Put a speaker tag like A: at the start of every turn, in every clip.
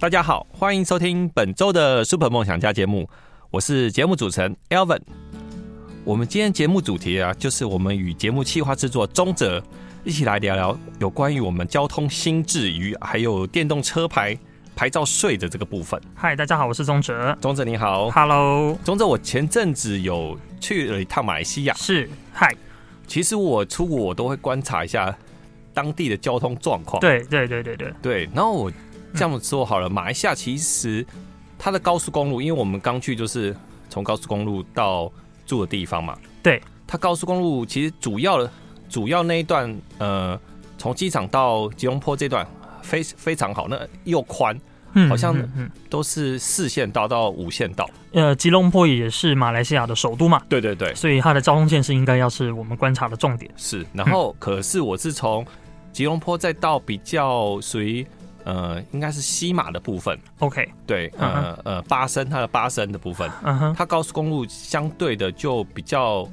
A: 大家好，欢迎收听本周的 Super 梦想家节目，我是节目主持人 Alvin。我们今天节目主题啊，就是我们与节目企划制作中哲一起来聊聊有关于我们交通新制与还有电动车牌牌照税的这个部分。
B: 嗨，大家好，我是宗哲。
A: 中哲你好，
B: Hello，
A: 中哲，我前阵子有去了一趟马来西亚，
B: 是嗨，
A: 其实我出国我都会观察一下当地的交通状况。
B: 对对对对对，
A: 对，然后我这么说好了，马来西亚其实它的高速公路，因为我们刚去就是从高速公路到住的地方嘛，
B: 对，
A: 它高速公路其实主要的主要那一段，呃，从机场到吉隆坡这段非非常好，那又宽，
B: 嗯
A: 好像
B: 嗯嗯
A: 都是四线道到五线道。
B: 呃，吉隆坡也是马来西亚的首都嘛，
A: 对对对，
B: 所以它的交通建设应该要是我们观察的重点。
A: 是，然后可是我是从吉隆坡再到比较属于呃，应该是西马的部分，
B: OK，
A: 对，呃呃，巴生它的巴生的部分，
B: 嗯哼，
A: 它高速公路相对的就比较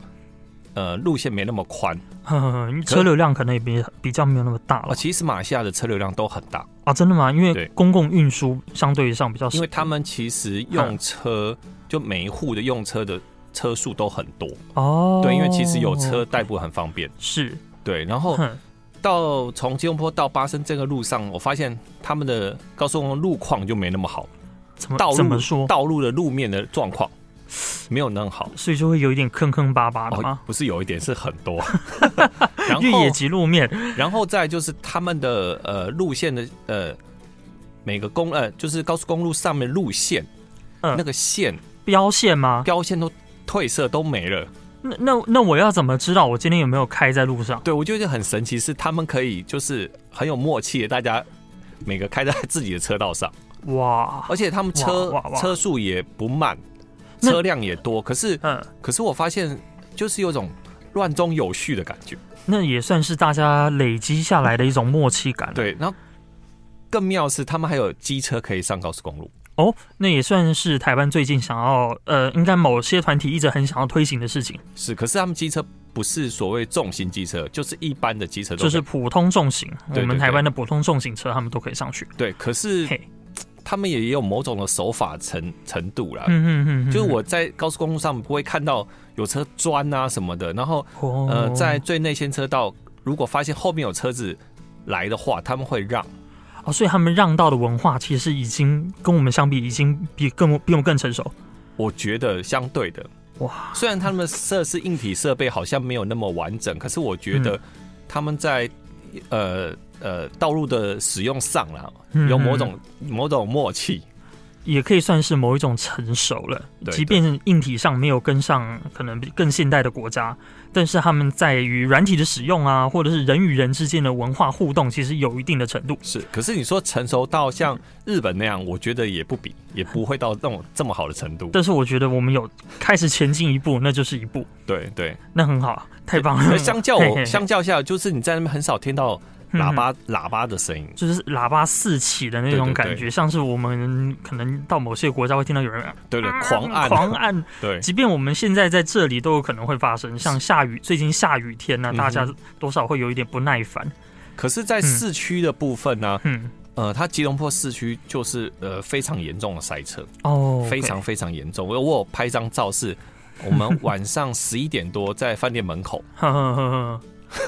A: 呃路线没那么宽
B: 嗯车流量可能也比比较没有那么大
A: 哦。
B: 了
A: 其实马来西亚的车流量都很大，
B: 啊，真的吗？因
A: 对
B: 为公共运输相对上比较少，
A: 因为他们其实用车就每一户的用车的车数都很多，
B: 哦，
A: 对，因为其实有车代步很方便，
B: 是，
A: 对，然后。
B: 哼
A: 到从吉隆坡到巴生这个路上，我发现他们的高速公路路况就没那么好，
B: 怎么
A: 道
B: 怎么
A: 路
B: 说？
A: 道路的路面的状况 没有那么好。
B: 所以就会有一点坑坑巴巴的
A: 哦
B: 嘛，，
A: 不是有一点是很 多，然
B: 啊越
A: 后
B: 野及路面，
A: 然后再就是他们的呃路线的呃每个公呃就是高速公路上面路线，
B: 嗯
A: 那个线
B: 标线吗？
A: 标线都褪色都没了。
B: 那那那我要怎么知道我今天有没有开在路上？
A: 对我觉得很神奇，是他们可以就是很有默契的，大家每个开在自己的车道上。
B: 哇，
A: 而且他们车
B: 哇哇哇
A: 车速也不慢，
B: 那
A: 车辆也多，可是
B: 嗯。
A: 可是我发现就是有种乱中有序的感觉。
B: 那也算是大家累积下来的一种默契感。，
A: 对，然后更妙是他们还有机车可以上高速公路。
B: 哦，那也算是台湾最近想要，呃，应该某些团体一直很想要推行的事情，
A: 是，可是他们机车不是所谓重型机车，就是一般的机车都可
B: 就
A: 以，
B: 是普通重型，
A: 对对
B: 我们台湾的普通重型车他们都可以上去。
A: 对。可是
B: 嘿，
A: 他们也有某种的手法程程度啦。
B: 嗯嗯嗯，嗯
A: 就是我在高速公路上不会看到有车钻啊什么的，然后
B: 哦
A: 呃，在最内线车道，如果发现后面有车子来的话，他们会让。
B: 哦，所以他们让道的文化其实已经跟我们相比，已经比更比我们更成熟。
A: 我觉得相对的，
B: 哇，
A: 虽然他们的设施硬体设备好像没有那么完整，可是我觉得
B: 嗯
A: 他们在、呃呃道路的使用上啦，
B: 嗯
A: 有某种、某种默契。
B: 也可以算是某一种成熟了。
A: 对
B: 即便硬体上没有跟上可能更现代的国家，但是他们在于软体的使用啊，或者是人与人之间的文化互动，其实有一定的程度。
A: 是，可是你说成熟到像日本那样，我觉得也不比，也不会到那种这么好的程度。
B: 但是我觉得我们有开始前进一步，那就是一步，
A: 对对，
B: 那很好，太棒
A: 那
B: 了。
A: 相较
B: 嗯嘿嘿
A: 我
B: 嘿
A: 相较下，就是你在那边很少听到喇叭、喇叭的声音。
B: 嗯就是喇叭四起的那
A: 对对
B: 种
A: 对
B: 感觉，像是我们可能到某些国家会听到有人
A: 对对，狂按，
B: 啊狂嗯按，
A: 对
B: 即便我们现在在这里都有可能会发生，像下雨，最近下雨天呢、啊
A: 嗯哼
B: 大家多少会有一点不耐烦。
A: 可是，在市区的部分呢、
B: 嗯，
A: 呃，它吉隆坡市区就是呃非常严重的塞车，
B: 哦，
A: 非常非常严重。我我有拍张照是，我 们晚上十一点多在饭店门口，
B: 呵呵呵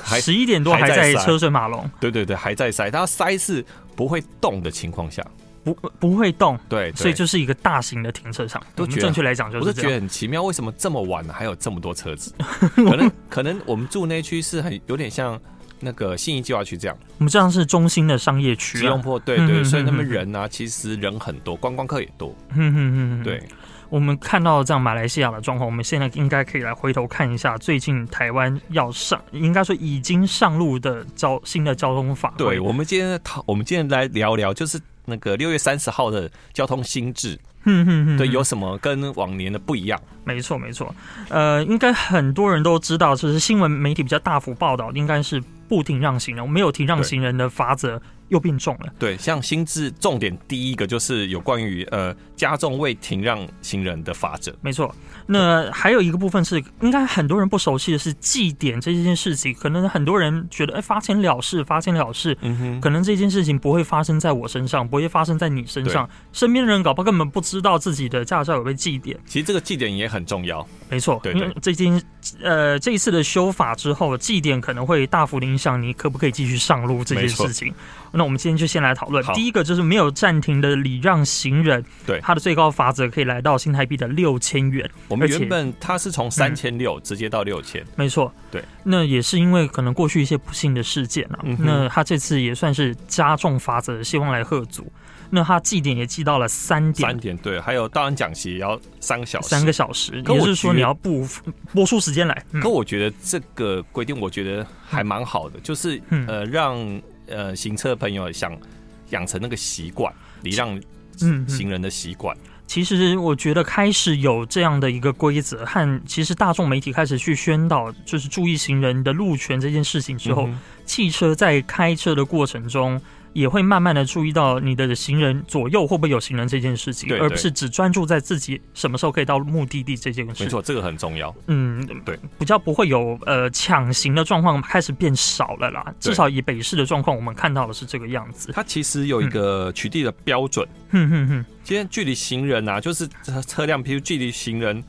A: 还
B: 呵，十一点多
A: 还
B: 还
A: 在
B: 在
A: 塞
B: 车水马龙，
A: 对对对，还在塞，它塞是不会动的情况下，
B: 不不会动，
A: 对，对
B: 所以就是一个大型的停车场。
A: 都
B: 我们
A: 觉得
B: 正确来讲就
A: 我就是觉
B: 这
A: 得
B: 样。
A: 很奇妙，为什么 这么晚了还有这么多车子？可能可能我们住那区是很有点像那个信义计划区这样，
B: 我们这样是中心的商业
A: 吉
B: 区、
A: 隆
B: 啊，
A: 坡对
B: 嗯
A: 对，
B: 嗯
A: 所以
B: 嗯
A: 那边
B: 嗯
A: 人啊，其实人很多，观光客也多，
B: 嗯嗯嗯，
A: 对，
B: 我们看到这样马来西亚的状况，我们现在应该可以来回头看一下最近台湾要上，应该说已经上路的交新的交通法规。
A: 对，我们今天讨，我们今天来聊聊，就是那个六月三十号的交通新制，
B: 哼哼哼，
A: 对，有什么跟往年的不一样？
B: 没错没错，呃，应该很多人都知道，就是新闻媒体比较大幅报道，应该是不停让行人，没有停让
A: 对
B: 行人的法则又变重了。
A: 对，像新制重点第一个就是有关于呃加重未停让行人的法则，
B: 没错，那还有一个部分是，应该很多人不熟悉的是祭典这件事情，可能很多人觉得，哎，发钱了事，发钱了事，
A: 嗯哼，
B: 可能这件事情不会发生在我身上，不会发生在你身上，身边的人搞不好根本不知道自己的驾照有被祭奠。
A: 其实这个祭点也很重要，
B: 没错，
A: 对
B: 因为这件呃这一次的修法之后，祭奠可能会大幅的影响你可不可以继续上路这件事情。那我们今天就先来讨论
A: 好
B: 第一个，就是没有暂停的礼让行人，
A: 对
B: 他的最高罚则可以来到新台币的六千元。
A: 我们
B: 而且
A: 原本它是从三千六
B: 嗯
A: 直接到六千，
B: 没错，
A: 对，
B: 那也是因为可能过去一些不幸的事件啊，
A: 嗯哼
B: 那他这次也算是加重法则，希望来贺足。那他祭点也祭到了三
A: 三
B: 点
A: 点对，还有到案讲习也要三个小时，
B: 三个小时，
A: 可
B: 也
A: 我
B: 就是
A: 觉
B: 说
A: 得
B: 你要不播出时间来。嗯
A: 可我觉得这个规定，我觉得还蛮好的，就是
B: 嗯
A: 呃，让呃行车朋友想养成那个习惯，礼让
B: 嗯嗯
A: 行人的习惯。
B: 其实我觉得开始有这样的一个规则，和其实大众媒体开始去宣导，就是注意行人的路权这件事情之后，
A: 嗯哼
B: 汽车在开车的过程中。也会慢慢的注意到你的行人左右会不会有行人这件事情，
A: 对
B: 而
A: 对
B: 不是只专注在自己什么时候可以到目的地这件事。
A: 没，错，这个很重要。
B: 嗯，
A: 对，
B: 比较不会有呃抢行的状况开始变少了啦。
A: 对
B: 至少以北市的状况，我们看到的是这个样 子。
A: 它其实有一个
B: 嗯
A: 取缔的标准，
B: 哼哼哼，
A: 今天距离行人啊，就是车车辆，譬如距离行人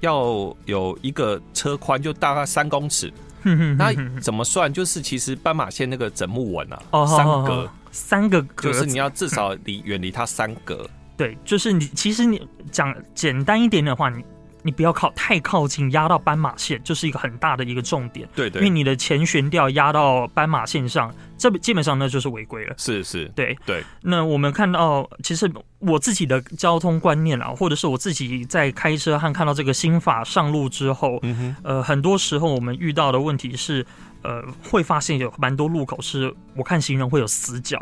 A: 要有一个车宽，就大概三公尺。
B: 哼哼
A: 那
B: 哼哼，
A: 怎么算？就是其实斑马线那个整木纹啊，
B: 嗯哦，好
A: 三
B: 好好
A: 格，
B: 三个格
A: 就
B: 子
A: 是你要至少离远离它三格。
B: 对，就是你其实你讲简单一点的话，你你不要靠太靠近，压到斑马线，这、是一个很大的一个重点，
A: 对
B: 因为
A: 对，
B: 你的前悬吊压到斑马线上，这基本上那就是违规了。
A: 是是，
B: 对
A: 对，
B: 那我们看到，其实我自己的交通观念啊，或者是我自己在开车和看到这个新法上路之后，
A: 嗯哼，
B: 呃，很多时候我们遇到的问题是，呃，会发现有蛮多路口是我看行人会有死角，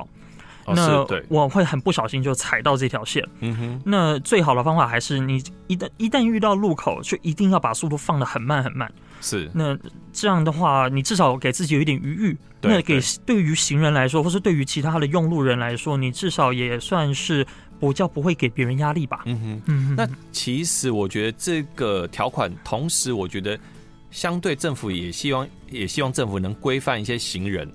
A: 哦
B: 那
A: 是对，
B: 我会很不小心就踩到这条线。
A: 嗯哼。
B: 那最好的方法还是你一旦一旦遇到路口，就一定要把速度放得很慢很慢。
A: 是，
B: 那这样的话，你至少给自己有一点余裕。
A: 对
B: 那给
A: 对
B: 对于行人来说，或是对于其他的用路人来说，你至少也算是不叫不会给别人压力吧。
A: 嗯哼。
B: 嗯，
A: 那其实我觉得这个条款，同时我觉得相对政府也希望，也希望政府能规范一些行人，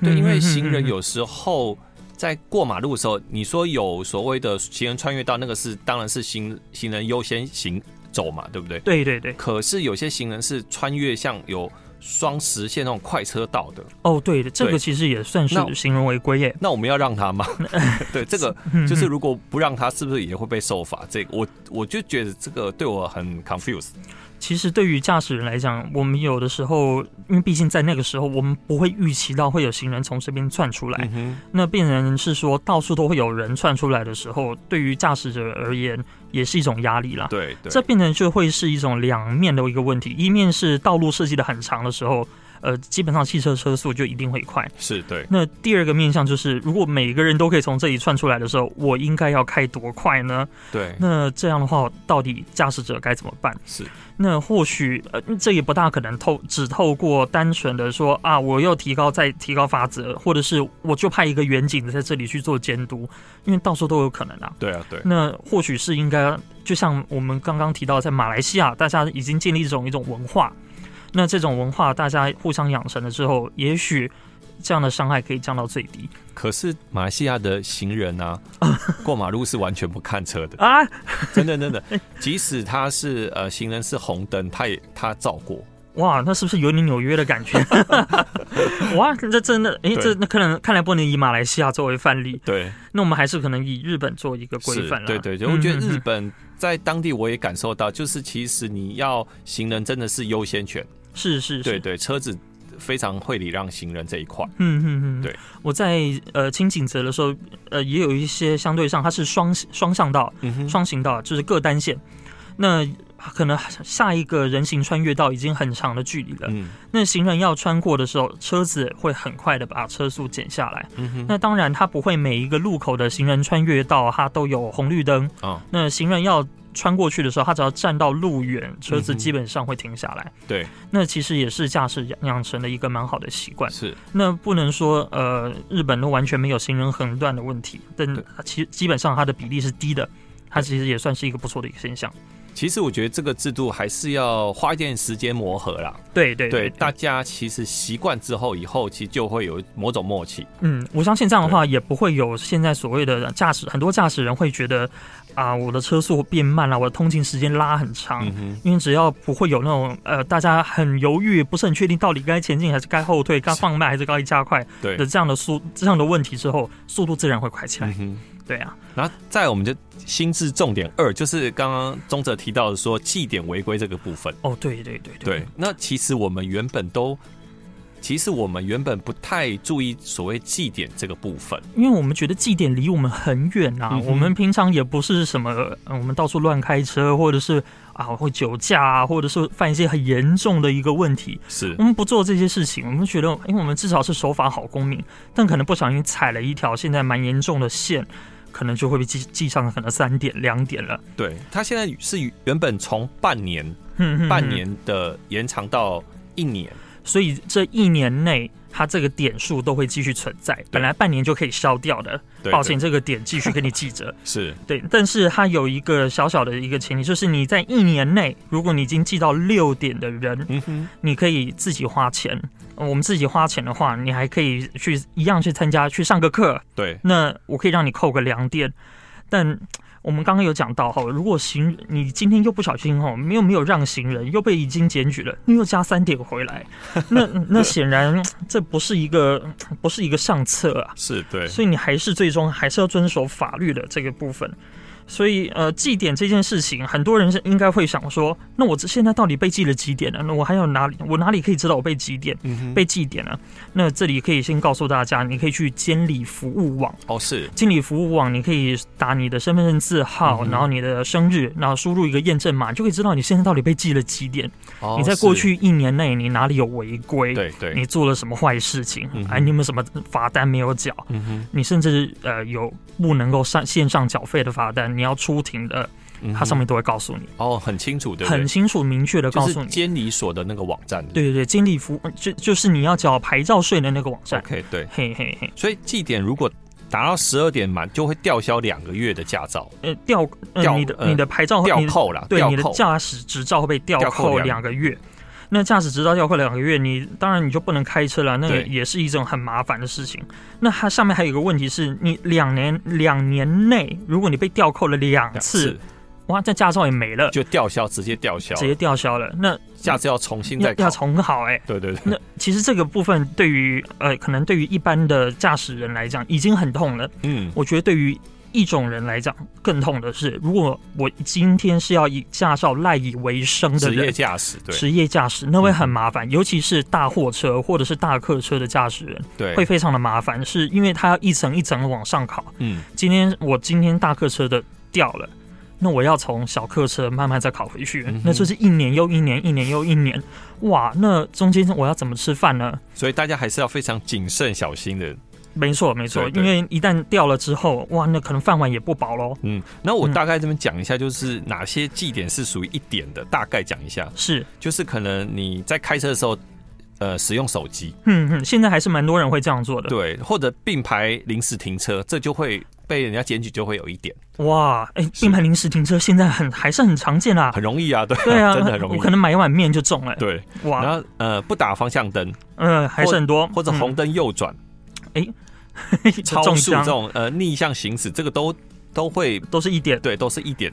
B: 嗯
A: 对，因为行人有时候在过马路的时候，你说有所谓的行人穿越道，那个是当然是行行人优先行走嘛，对不对？
B: 对对对，
A: 可是有些行人是穿越像有双实线那种快车道的，
B: 哦对的，这个
A: 对
B: 其实也算是
A: 那
B: 行人违规耶。
A: 那我们要让他 吗？对，这个
B: 嗯
A: 就是如果不让他，是不是也会被受罚？这个我我就觉得这个对我很 confuse。
B: 其实对于驾驶人来讲，我们有的时候，因为毕竟在那个时候，我们不会预期到会有行人从这边窜出来。
A: 嗯哼，
B: 那病人是说到处都会有人窜出来的时候，对于驾驶者而言也是一种压力啦。
A: 对对，
B: 这病人就会是一种两面的一个问题，一面是道路设计的很长的时候，呃，基本上汽车车速就一定会快。
A: 是对，
B: 那第二个面向就是，如果每个人都可以从这里窜出来的时候，我应该要开多快呢？
A: 对
B: 那这样的话，到底驾驶者该怎么办？
A: 是，
B: 那或许呃，这也不大可能透只透过单纯的说啊，我又提高再提高法则，或者是我就派一个远景在这里去做监督，因为到时候都有可能啊。
A: 对啊对，
B: 那或许是应该，就像我们刚刚提到，在马来西亚，大家已经建立这种一种文化，那这种文化大家互相养成了之后，也许这样的伤害可以降到最低
A: 可是马来西亚的行人 啊，过马路是完全不看车的，
B: 啊。
A: 真的真的，即使他是呃行人是红灯，他也他照过，
B: 哇，那是不是有点纽约的感觉？ 哇，这真的，诶，
A: 对
B: 这那可能看来不能以马来西亚作为范例，
A: 对，
B: 那我们还是可能以日本做一个规
A: 是
B: 范，了。
A: 对对对，我觉得日
B: 嗯嗯嗯
A: 本在当地我也感受到，就是其实你要行人真的是优先权，
B: 是是是，
A: 对对，车子非常会礼让行人这一块。
B: 嗯嗯嗯，
A: 对。
B: 我在呃清景泽的时候，呃，也有一些相对上它是双双向道、
A: 嗯哼，
B: 双行道，就是各单线。那可能下一个人行穿越道已经很长的距离了。
A: 嗯
B: 那行人要穿过的时候，车子会很快的把车速减下来。
A: 嗯哼，
B: 那当然，它不会每一个路口的行人穿越道它都有红绿灯。
A: 哦
B: 那行人要穿过去的时候，他只要站到路远，车子
A: 嗯哼
B: 基本上会停下来。
A: 对，
B: 那其实也是驾驶养养成的一个蛮好的习惯。
A: 是，
B: 那不能说呃，日本都完全没有行人横断的问题，但
A: 对
B: 其实基本上它的比例是低的，它其实也算是一个不错的一个现象。
A: 其实我觉得这个制度还是要花一点时间磨合啦。
B: 对对
A: 对，大家其实习惯之后，以后其实就会有某种默契。
B: 嗯，我相信这样的话也不会有现在所谓的驾驶，很多驾驶人会觉得啊，我的车速变慢了，我的通勤时间拉很长。
A: 嗯哼，
B: 因为只要不会有那种呃，大家很犹豫，不是很确定到底该前进还是该后退，该放慢还是该加快
A: 对
B: 的，这样的速这样的问题之后，速度自然会快起来。
A: 嗯哼。
B: 对啊，
A: 然后再我们就心智重点二，就是刚刚宗哲提到的说绩点违规这个部分。
B: 哦，对对对
A: 对，那其实我们原本都，其实我们原本不太注意所谓绩点这个部分。
B: 因为我们觉得祭典离我们很远啊，
A: 嗯哼
B: 我们平常也不是什么，呃我们到处乱开车，或者是啊会酒驾啊，或者是犯一些很严重的一个问题，
A: 是
B: 我，们不做这些事情，我们觉得，因为我们至少是守法好公民，但可能不小心踩了一条现在蛮严重的线，可能就会被记记上可能三点两点了，
A: 对，他现在是原本从半年
B: 哼哼
A: 半
B: 哼
A: 年的延长到一年。
B: 嗯所以这一年内，它这个点数都会继续存在，本来半年就可以消掉的，
A: 对
B: 抱歉，这个点继续给你记着。
A: 对是
B: 对，但是它有一个小小的一个前提，就是你在一年内，如果你已经记到六点的人，
A: 嗯哼，
B: 你可以自己花钱。呃我们自己花钱的话，你还可以去一样去参加去上个课，
A: 对，
B: 那我可以让你扣个两点。但我们刚刚有讲到哈，如果行你今天又不小心哈，没有没有让行人又被已经检举了，你又加三点回来，那那显然这不是一个不是一个上策啊。
A: 是对，
B: 所以你还是最终还是要遵守法律的这个部分。所以呃，绩点这件事情，很多人是应该会想说，那我这现在到底被记了几点呢？那我还有哪里，我哪里可以知道我被几点、
A: 嗯哼，
B: 被记点呢？那这里可以先告诉大家，你可以去监理服务网。
A: 哦是，
B: 经理服务网，你可以打你的身份证字号，
A: 嗯哼
B: 然后你的生日，然后输入一个验证码，你就可以知道你现在到底被记了几点。
A: 哦
B: 你在过去一年内你哪里有违
A: 是，
B: 规
A: 对对，
B: 你做了什么坏事情，
A: 嗯哼
B: 哎，你有没有什么罚单没有缴？
A: 嗯哼
B: 你甚至呃有不能够上线上缴费的罚单，你要出庭的，
A: 嗯哼，
B: 它上面都会告诉你，
A: 哦很清楚，对不对
B: 很清楚明确的告
A: 就
B: 诉
A: 是
B: 你。
A: 监理所的那个网站。
B: 对对对，经理服就就是你要缴牌照税的那个网站。
A: ，OK 对，
B: 嘿嘿嘿，
A: 所以绩点如果达到十二点满，就会吊销两个月的驾照，
B: 呃，吊呃
A: 吊
B: 你的
A: 呃
B: 你的牌照
A: 吊
B: 哦你的
A: 扣啦，
B: 对
A: 吊
B: 你的
A: 扣。
B: 驾驶执照会被吊
A: 吊扣
B: 扣
A: 两
B: 两个月。那驾驶执照吊扣两个月，你当然你就不能开车了，那个
A: 对
B: 也是一种很麻烦的事情。那它上面还有一个问题是，你两年两年内，如果你被吊扣了两
A: 两
B: 次，哇，这驾照也没了，
A: 就吊销，直接吊销，
B: 直接吊销了。那
A: 下次要重新
B: 要
A: 再考。
B: 要
A: 嗯
B: 重考哎、
A: 对对对，
B: 那其实这个部分对于呃，可能对于一般的驾驶人来讲已经很痛了。
A: 嗯，
B: 我觉得对于一种人来讲更痛的是，如果我今天是要以驾照赖以为生的
A: 职业
B: 人，
A: 驾驶，嗯对
B: 职业驾驶那会很麻烦，尤其是大货车或者是大客车的驾驶人
A: 对，
B: 会非常的麻烦，是因为他要一层一层地往上考。
A: 嗯，
B: 今天我今天大客车的掉了，那我要从小客车慢慢再考回去，
A: 嗯哼
B: 那就是一年又一年，一年又一年，哇，那中间我要怎么吃饭呢？
A: 所以大家还是要非常谨慎小心的。
B: 没错，没错，
A: 对对
B: 因为一旦掉了之后，哇，那可能饭碗也不保喽。
A: 嗯，那我
B: 嗯
A: 大概这边讲一下，就是哪些绩点是属于一点的，大概讲一下，
B: 是，
A: 就是可能你在开车的时候，呃，使用手机，
B: 嗯哼，现在还是蛮多人会这样做的。
A: 对，或者并排临时停车，这就会被人家检举，就会有一点，
B: 哇，哎、
A: 是
B: 并排临时停车现在很还是很常见啊。
A: 很容易啊，对，
B: 对啊
A: 真的很，容
B: 我
A: 易
B: 可。能买一碗面就中了。
A: 对，然
B: 哇，
A: 后呃，不打方向灯
B: 嗯，还是很多，
A: 或者
B: 嗯
A: 红灯右转、 超
B: 中
A: 速这
B: 枪
A: 种呃逆向行驶，这个都都会
B: 都是一点。
A: 对，都是一点。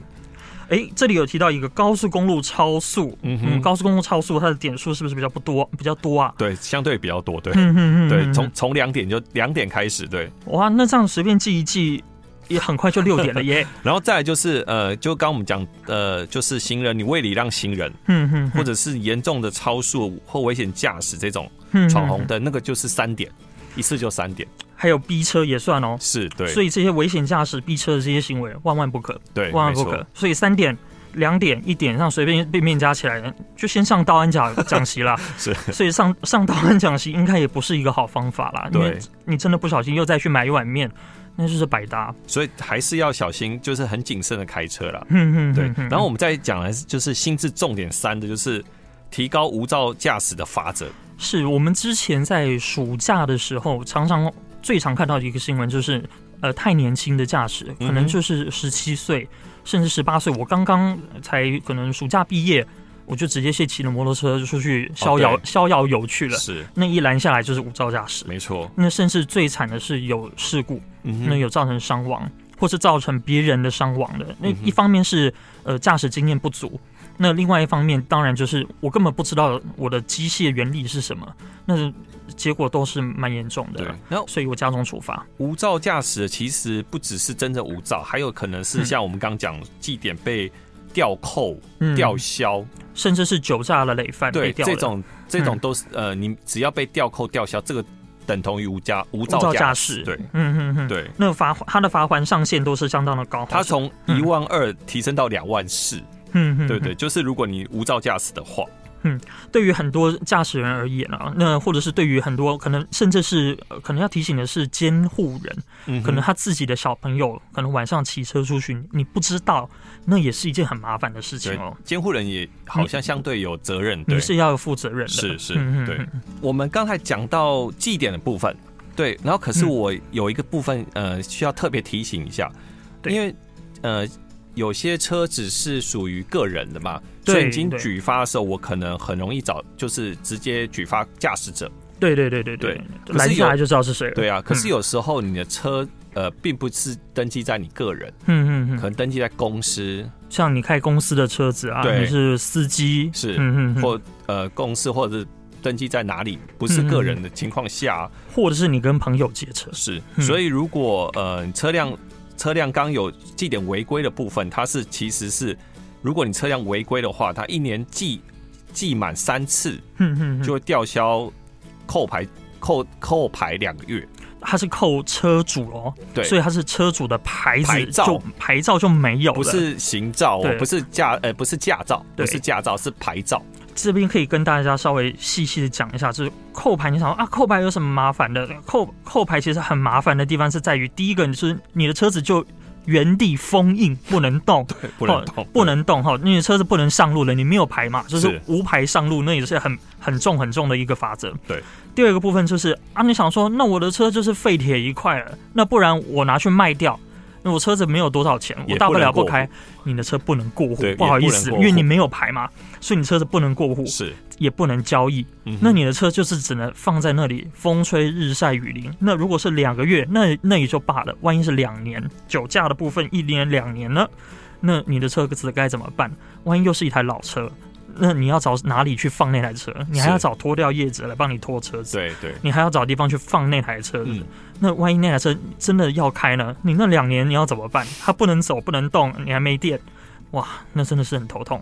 B: 哎、这里有提到一个高速公路超速，
A: 嗯
B: 嗯，
A: 哼，
B: 高速公路超速它的点数是不是比较不多，比较多啊？
A: 对，相对比较多，对
B: 嗯嗯嗯，
A: 对，
B: 嗯
A: 从从两点就两点开始，对，
B: 哇，那这样随便记一记，也很快就六点 了耶。
A: 然后再来就是呃，就刚我们讲呃，就是行人你未礼让行人，
B: 嗯哼，
A: 或者是严重的超速或危险驾驶这种
B: 者
A: 闯红，灯，那个就是三点，一次就三点，
B: 还有逼车也算哦。
A: 是对，
B: 所以这些危险驾驶、逼车的这些行为，万万不可，
A: 对，
B: 万万
A: 没
B: 不
A: 错
B: 可。所以三点、两点、一点，上随便便便加起来，就先上道安讲讲习啦。
A: 是
B: 所以上上道安讲习应该也不是一个好方法啦，因为
A: 对，
B: 你真的不小心又再去买一碗面，那就是百搭。
A: 所以还是要小心，就是很谨慎的开车啦。
B: 嗯哼，
A: 对
B: 哼，哼
A: 然后我们再讲的是，就是心智重点三的，就是提高无照驾驶的罚则。
B: 是我们之前在暑假的时候，常常最常看到的一个新闻就是，呃，太年轻的驾驶，
A: 嗯哼
B: 可能就是十七岁、甚至十八岁，我刚刚才可能暑假毕业，我就直接先骑着摩托车出去逍遥、
A: 哦对
B: 逍遥游去了，
A: 是，
B: 那一拦下来就是无照驾驶，
A: 没错。
B: 那甚至最惨的是有事故，
A: 嗯
B: 那
A: 哼，
B: 有造成伤亡，或是造成别人的伤亡的。那
A: 嗯哼
B: 一方面是呃驾驶经验不足，那另外一方面当然就是我根本不知道我的机械原理是什么，那结果都是蛮严重
A: 对
B: 的。。
A: 那
B: 所以我加重处罚，
A: 无照驾驶其实不只是真的无照，还有可能是
B: 嗯
A: 像我们刚讲记点被吊扣、
B: 嗯
A: 吊销，
B: 甚至是酒驾了累犯
A: 对
B: 被吊了嗯
A: 这种这种都是呃，你只要被吊扣、吊销，这个等同于无驾无
B: 无照
A: 照驾
B: 驶，
A: 驶。对，
B: 嗯嗯嗯，
A: 对，
B: 那罚他的罚款上限都是相当的高，
A: 它从
B: 嗯
A: 一万二提升到两万四，
B: 嗯嗯
A: 对对，就是如果你无照驾驶的话，
B: 对于很多驾驶人而言啊，那或者是对于很多可能甚至是、呃可能要提醒的是监护人，
A: 嗯哼
B: 可能他自己的小朋友可能晚上骑车出去，你不知道，那也是一件很麻烦的事情
A: 对
B: 哦。嗯
A: 监护人也好像相对有责任，对
B: 你，是要负责任的，
A: 是是
B: 嗯嗯
A: 对
B: 嗯
A: 我们刚才讲到祭典的部分，对，然后可是
B: 嗯
A: 我有一个部分，呃，需要特别提醒一下，
B: 对
A: 因为呃，有些车子是属于个人的嘛，所以
B: 对
A: 已经
B: 对
A: 举发的时候，我可能很容易找，就是直接举发驾驶者，
B: 对对对对
A: 对可
B: 对，
A: 是
B: 拦
A: 有
B: 下来就知道是谁了。
A: 对啊。可是
B: 嗯
A: 有时候你的车，呃，并不是登记在你个人，
B: 嗯嗯
A: 可
B: 嗯，
A: 能登记在公司
B: 像你开公司的车子啊，
A: 对
B: 你是司机，
A: 是
B: 嗯嗯，或
A: 或呃公司或者是登记在哪里，不是个人的情况下，
B: 或者是你跟朋友借车，
A: 是，
B: 嗯
A: 所以如果呃你车辆车辆刚有记点违规的部分，它是其实是，如果你车辆违规的话，它一年记记满三次
B: 嗯嗯，
A: 就
B: 就
A: 会吊销扣牌扣扣牌两个月，
B: 他是扣车主哦，
A: 对，
B: 所以他是车主的牌
A: 牌
B: 子
A: 照
B: 就牌照就没有了。
A: 不是行照哦
B: 对，
A: 不是驾呃不是驾照，不
B: 对
A: 是驾照是牌照，
B: 这边可以跟大家稍微细细的讲一下，就是扣牌，你想说啊，扣牌有什么麻烦的？扣扣牌其实很麻烦的地方是在于，第一个就是你的车子就原地封印，不能动，
A: 不能动，
B: 哦不能动哈，你的车子不能上路了，你没有牌嘛，就是
A: 是
B: 无牌上路，那也是很很重很重的一个法则。
A: 对。
B: 第二个部分就是啊，你想说，那我的车就是废铁一块了，那不然我拿去卖掉。那我车子没有多少钱，
A: 也
B: 我大
A: 不
B: 不
A: 能
B: 了
A: 过
B: 不
A: 户
B: 开。你的车不能过户
A: 对，
B: 不好
A: 也
B: 意
A: 不能
B: 思，
A: 过
B: 因为
A: 户
B: 你没有牌嘛，所以你车子不能过户。
A: 是，
B: 也不能交易，
A: 嗯哼
B: 那你的车就是只能放在那里，风吹日晒雨淋。那如果是两个月，那那也就罢了，万一是两年，酒驾的部分一年两年呢，那你的车子该怎么办？万一又是一台老车，那你要找哪里去放那台车？你还要
A: 是
B: 找拖吊业者来帮你拖车子，
A: 对对，
B: 你还要找地方去放那台车子。
A: 嗯，
B: 那万一那台车真的要开呢？你那两年你要怎么办？它不能走，不能动，你还没电，哇，那真的是很头痛。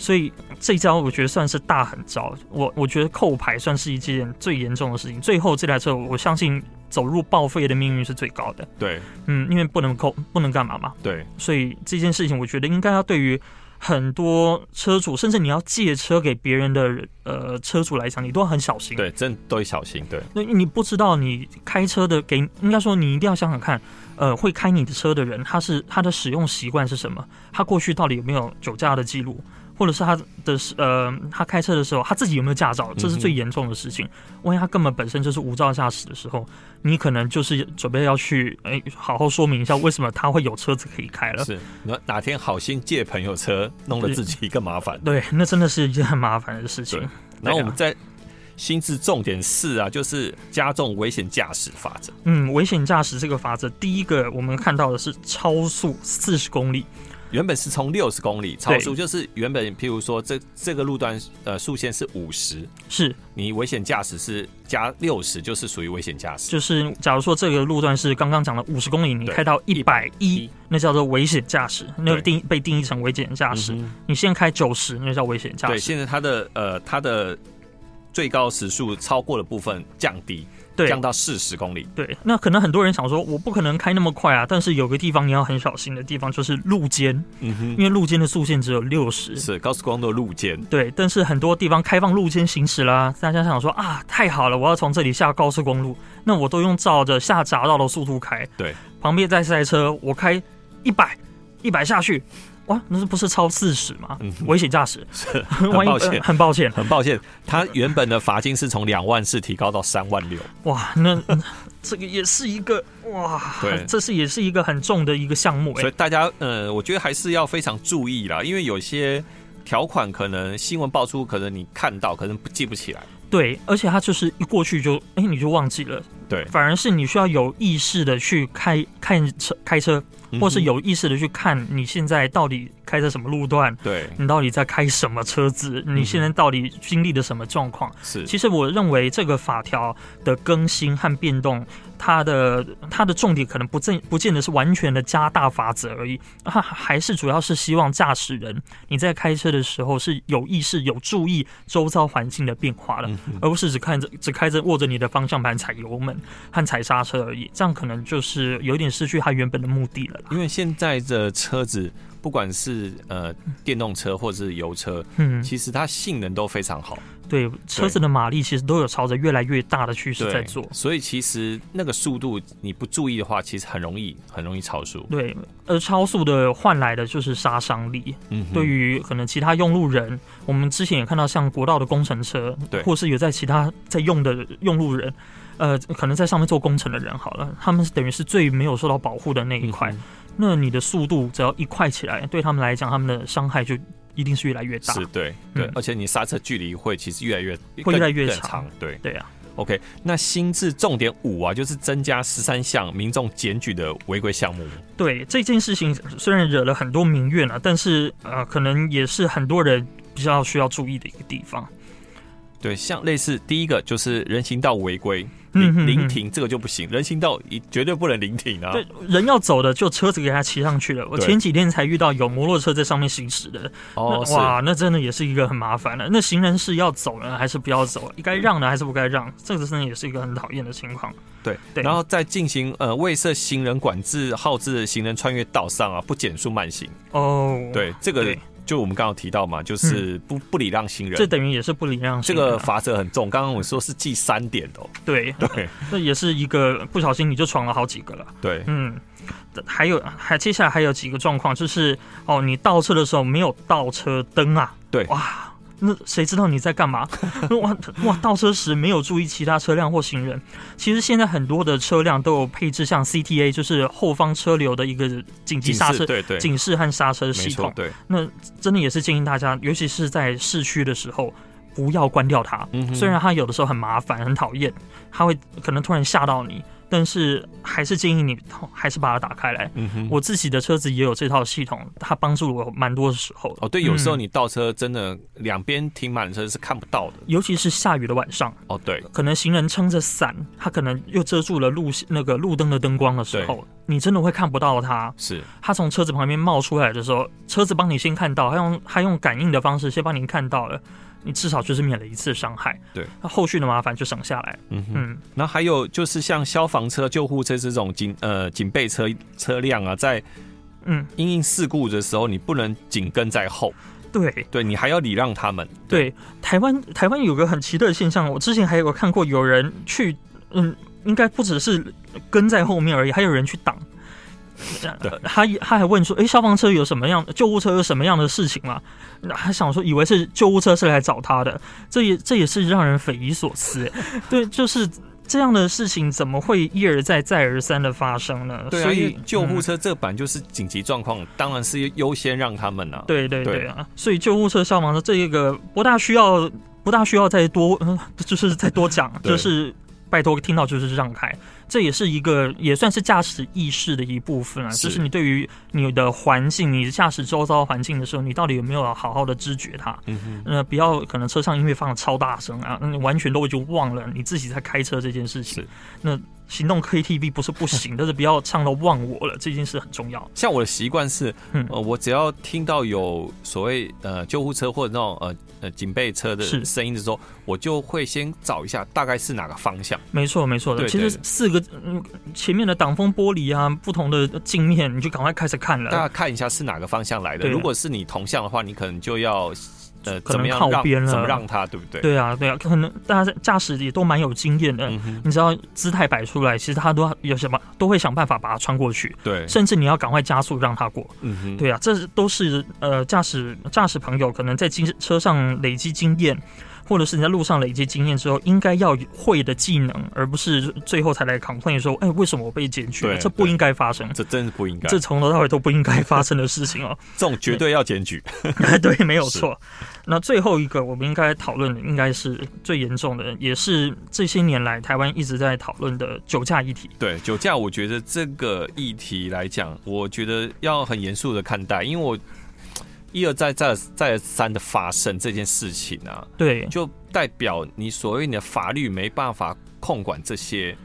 B: 所以这招我觉得算是大狠招，我我觉得扣牌算是一件最严重的事情。最后这台车，我相信走入报废的命运是最高的。
A: 对
B: 嗯，因为不能扣，不能干嘛嘛，
A: 对，
B: 所以这件事情我觉得应该要对于很多车主，甚至你要借车给别人的呃车主来讲，你都要很小心。
A: 对，真的都要小心，对，
B: 那你不知道你开车的给，应该说你一定要想想看，呃，会开你的车的人，他是他的使用习惯是什么？他过去到底有没有酒驾的记录？或者是他的呃，他开车的时候他自己有没有驾照？这是
A: 嗯
B: 最严重的事情。万一他根本本身就是无照驾驶的时候，你可能就是准备要去哎、好好说明一下为什么他会有车子可以 开了。
A: 是，哪哪天好心借朋友车，弄了
B: 对
A: 自己一个麻烦。
B: 对，啊那真的是一件很麻烦的事情
A: 对。然后我们在心智重点四啊，就是加重危险驾驶法则。
B: 嗯，危险驾驶这个法则，第一个我们看到的是超速四十公里。
A: 原本是冲六十公里超速，
B: 对
A: 就是原本譬如说这这个路段呃速限是五十，
B: 是，
A: 你危险驾驶是加六十，就是属于危险驾驶。
B: 就是假如说这个路段是刚刚讲的五十公里，你
A: 对
B: 开到一百一
A: 110，
B: 那叫做危险驾驶，那
A: 对
B: 个定被定义成危险驾驶。
A: 嗯
B: 你现在开九十，那叫危险驾
A: 对，
B: 驶。
A: 现在它的呃它的最高时速超过的部分降低，
B: 对
A: 降到四十公里。
B: 对，那可能很多人想说，我不可能开那么快啊，但是有个地方你要很小心的地方就是路肩，
A: 嗯哼
B: 因，为路肩的速限只有六十。
A: 是高速公路的路肩，
B: 对，但是很多地方开放路肩行驶啦，大家想说啊，太好了，我要从这里下高速公路，那我都用照着下匝道的速度开。
A: 对，
B: 旁边再塞车，我开一百，一百下去，哇，那是不是超四十吗？
A: 嗯哼
B: 危险驾驶，
A: 是
B: 很
A: 很抱歉
B: 很抱歉，
A: 很抱歉，它原本的罚金是从两万四提高到三万六。
B: 哇，那这个也是一个哇
A: 对，
B: 这是也是一个很重的一个项目哎、
A: 所以大家，呃，我觉得还是要非常注意啦，因为有些条款可能新闻爆出，可能你看到，可能不记不起来。
B: 对，而且它就是一过去就哎、你就忘记了，
A: 对
B: 反而是你需要有意识的去开看车开车，或是
A: 嗯
B: 有意识的去看你现在到底开在什么路段。
A: 哼对
B: 你到底在开什么车子？你现在到底经历了什么状况？
A: 嗯是
B: 其实我认为这个法条的更新和变动，它的它的重点可能不见不见得是完全的加大法则而已，它还是主要是希望驾驶人你在开车的时候是有意识、有注意周遭环境的变化
A: 嗯
B: 的，而不是只看着只开着握着你的方向盘踩油门和踩刹车而已，这样可能就是有点失去它原本的目的了啦。
A: 因为现在的车子，不管是呃电动车或是油车，
B: 嗯，
A: 其实它性能都非常好，
B: 对，车子的马力其实都有朝着越来越大的趋势在
A: 对
B: 做，。
A: 所以其实那个速度你不注意的话，其实很容易很容易超速。
B: 对，而超速的换来的就是杀伤力。
A: 嗯哼，
B: 对于可能其他用路人，我们之前也看到像国道的工程车，
A: 对
B: 或是有在其他在用的用路人，呃，可能在上面做工程的人好了，他们等于是最没有受到保护的那一块。
A: 嗯
B: 那你的速度只要一快起来，对他们来讲，他们的伤害就一定是越来越大。
A: 是对对、
B: 嗯
A: 而且你刹车距离会其实越来越
B: 会越来越
A: 更更
B: 长
A: 长，对。
B: 对啊，
A: OK，那新制重点五啊，就是增加十三项民众检举的违规项目。
B: 对这件事情虽然惹了很多民怨啊，但是呃，可能也是很多人比较需要注意的一个地方。
A: 对，像类似第一个就是人行道违规，
B: 嗯
A: 临
B: 哼
A: 临
B: 哼
A: 停这个就不行，人行道一绝对不能临停啊。
B: 对，人要走的就车子给他骑上去了。我
A: 对
B: 前几天才遇到有摩托车在上面行驶的，
A: 哦，
B: 那
A: 是，
B: 哇，那真的也是一个很麻烦的。那行人是要走呢，还是不要走？该让的还是不该让？这个真的也是一个很讨厌的情况。
A: 对，
B: 对
A: 然后再进行呃未设行人管制号志行人穿越道上啊，不减速慢行。
B: 哦，，
A: 对，这个
B: 对嗯
A: 就我们刚刚有提到嘛，就是不不礼让行
B: 这
A: 人。
B: 等于也是不礼让
A: 这
B: 行人啊。
A: 个罚则很重，刚刚我说是记三点的、哦，
B: 对，
A: 对
B: 这也是一个不小心你就闯了好几个了。
A: 对，
B: 嗯，还有还接下来还有几个状况，就是哦，你倒车的时候没有倒车灯啊，
A: 对
B: 哇，那谁知道你在干嘛？ 哇哇，倒车时没有注意其他车辆或行人。其实现在很多的车辆都有配置像 CTA，就是后方车流的一个紧急
A: 警
B: 刹
A: 示
B: 车。
A: 对对，
B: 警示和刹车
A: 没
B: 系
A: 错
B: 统，
A: 对，
B: 那真的也是建议大家，尤其是在市区的时候，不要关掉它。
A: 嗯哼
B: 虽然它有的时候很麻烦、很讨厌，它会可能突然吓到你，但是还是建议你还是把它打开来。
A: 嗯哼
B: 我自己的车子也有这套系统，它帮助我蛮多时候的
A: 哦，对，有时候
B: 嗯
A: 你倒车真的两边停满车是看不到的。
B: 尤其是下雨的晚上，
A: 哦，对，
B: 可能行人撑着伞，他可能又遮住了路那个路灯的灯光的时候，你真的会看不到他。
A: 是，
B: 他从车子旁边冒出来的时候，车子帮你先看到，他用他用感应的方式先帮你看到了，你至少就是免了一次伤害。
A: 对，
B: 那后续的麻烦就省下来。
A: 嗯哼。
B: 嗯，
A: 然后还有就是像消防车、救护车这种警呃警备车车辆啊，在
B: 嗯，
A: 因应事故的时候，你不能紧跟在后，
B: 对
A: 对你还要礼让他们。
B: 对，台湾台湾有个很奇特的现象，我之前还有看过有人去，嗯，应该不只是跟在后面而已，还有人去挡。
A: 对
B: 呃他他还问说，诶，消防车有什么样，救护车有什么样的事情吗？还想说，以为是救护车是来找他的，这也这也是让人匪夷所思。 诶对，就是这样的事情怎么会一而再再而三的发生呢？
A: 对啊，
B: 所
A: 因
B: 以
A: 为救护
B: 嗯
A: 车这版就是紧急状况，当然是优先让他们啊。
B: 对对
A: 对
B: 对啊，所以救护车、消防车这一个不大需要，不大需要再多，嗯、就是再多讲，
A: 对
B: 就是拜托听到就是让开，这也是一个也算是驾驶意识的一部分啊，
A: 是
B: 就是你对于你的环境，你驾驶周遭环境的时候，你到底有没有好好的知觉它？
A: 嗯哼，
B: 那不要可能车上音乐放的超大声啊，那你完全都已经忘了你自己在开车这件事情
A: 是。
B: 那行动 KTV 不是不行，但是不要唱到忘我了，这件事很重要。
A: 像我的习惯是，
B: 嗯
A: 呃，我只要听到有所谓呃救护车或者那种呃呃警备车的
B: 是
A: 声音的时候，我就会先找一下大概是哪个方向。
B: 没错，没错的。
A: 对
B: 其
A: 对
B: 实四个嗯前面的挡风玻璃啊，不同的镜面，你就赶快开始看
A: 大家
B: 了。
A: 看一下是哪个方向来的。
B: 哎对啊
A: 如果是你同向的话，你可能就要呃
B: 可能
A: 怎么样
B: 靠
A: 让
B: 边了
A: 怎么让他，对不对？，
B: 对啊，对啊，可能大家驾驶也都蛮有经验的。
A: 嗯哼，
B: 你知道姿态摆出来，其实他都有什么都会想办法把它穿过去，
A: 对，
B: 甚至你要赶快加速让他过。
A: 嗯哼，
B: 对啊，这是都是呃驾驶驾驶朋友可能在经车上累积经验，或者是你在路上累积经验之后，应该要会的技能，而不是最后才来 complain 说，哎，为什么我被检举了？
A: 对
B: 这不应该发生。
A: 这真是不应该，
B: 这
A: 这
B: 从头到尾都不应该发生的事情哦。
A: 这种绝对要检举。
B: 对，没有错。那最后一个我们应该讨论的，应该是最严重的，也是这些年来台湾一直在讨论的酒驾议题。
A: 对酒驾，我觉得这个议题来讲，我觉得要很严肃的看待，因为我一而再、再而再而三的发生这件事情啊，
B: 对，
A: 就代表你所谓你的法律没办法控管这些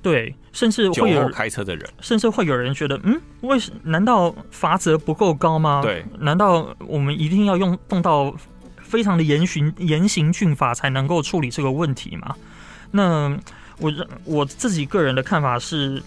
B: 对，甚至
A: 酒
B: 会有
A: 后开车的人。
B: 甚至会有人觉得，嗯，为什难道罚则不够高吗？，
A: 对，
B: 难道我们一定要用动到非常的严刑严刑峻法才能够处理这个问题吗？那我认我自己个人的看法是，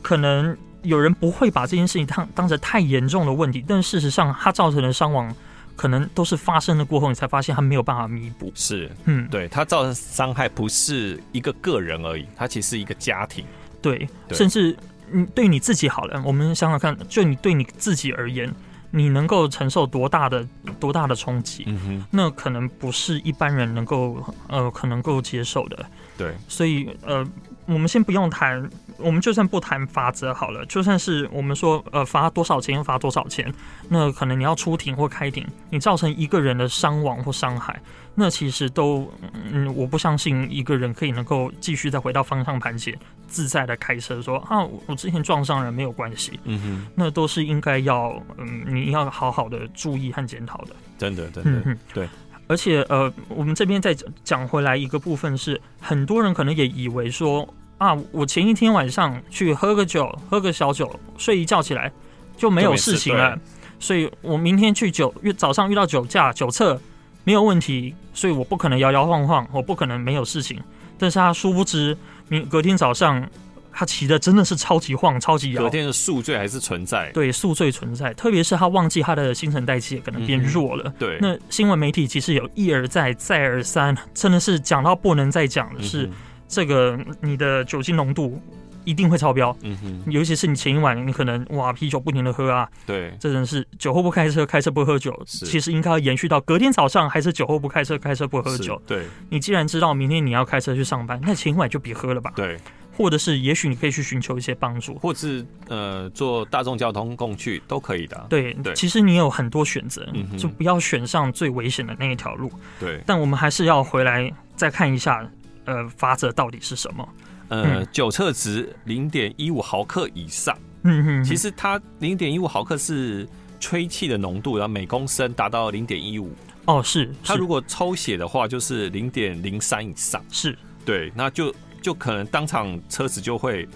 B: 可能有人不会把这件事情当当成太严重的问题，但事实上它造成的伤亡，可能都是发生了过后你才发现它没有办法弥补。
A: 是
B: 嗯，
A: 对他造成伤害不是一个个人而已，他其实是一个家庭。
B: 对，
A: 对
B: 甚至你对你自己好了，我们想想看，就你对你自己而言，你能够承受多大的多大的冲击？
A: 嗯哼，
B: 那可能不是一般人能够呃可能够接受的。
A: 对，
B: 所以呃，我们先不用谈，我们就算不谈法则好了，就算是我们说呃罚多少钱就罚多少钱，那可能你要出庭或开庭，你造成一个人的伤亡或伤害，那其实都嗯，我不相信一个人可以能够继续再回到方向盘前自在的开车说啊，我我之前撞上人没有关系，
A: 嗯哼，
B: 那都是应该要嗯，你要好好的注意和检讨的。
A: 真的，真
B: 嗯
A: 的，
B: 嗯，
A: 对。
B: 而且呃，我们这边再讲讲回来一个部分是，很多人可能也以为说啊，我前一天晚上去喝个酒，喝个小酒，睡一觉起来就没有事情
A: 就
B: 了，所以我明天去酒遇早上遇到酒驾酒测没有问题，所以我不可能摇摇晃晃，我不可能没有事情。但是他殊不知，明隔天早上他骑的真的是超级晃，超级摇
A: 隔，天的宿醉还是存在。
B: 对宿醉存在，特别是他忘记他的新陈代谢可能变
A: 嗯哼
B: 弱了。
A: 对，
B: 那新闻媒体其实有一而再、再而三，真的是讲到不能再讲的
A: 嗯
B: 是，这个你的酒精浓度一定会超标，
A: 嗯哼，嗯哼，
B: 尤其是你前一晚你可能哇啤酒不停的喝啊，
A: 对，
B: 这人是酒后不开车，开车不喝酒，
A: 是
B: 其实应该要延续到隔天早上还是酒后不开车，开车不喝
A: 是
B: 酒。
A: 对
B: 你既然知道明天你要开车去上班，那前一晚就别喝了吧，
A: 对，
B: 或者是也许你可以去寻求一些帮助。
A: 或是呃坐大众交通工具都可以的啊。
B: 对，
A: 对
B: 其实你有很多选择
A: 嗯哼，
B: 就不要选上最危险的那一条路。
A: 对，
B: 但我们还是要回来再看一下，呃，法则到底是什么？
A: 呃，酒测值零点一五毫克以上，
B: 嗯哼，
A: 其实它零点一五毫克是吹气的浓度，然后每公升达到零点一五。
B: 哦是，
A: 它
B: 是
A: 如果抽血的话，就是零点零三以上。
B: 是
A: 对，那就就可能当场车子就会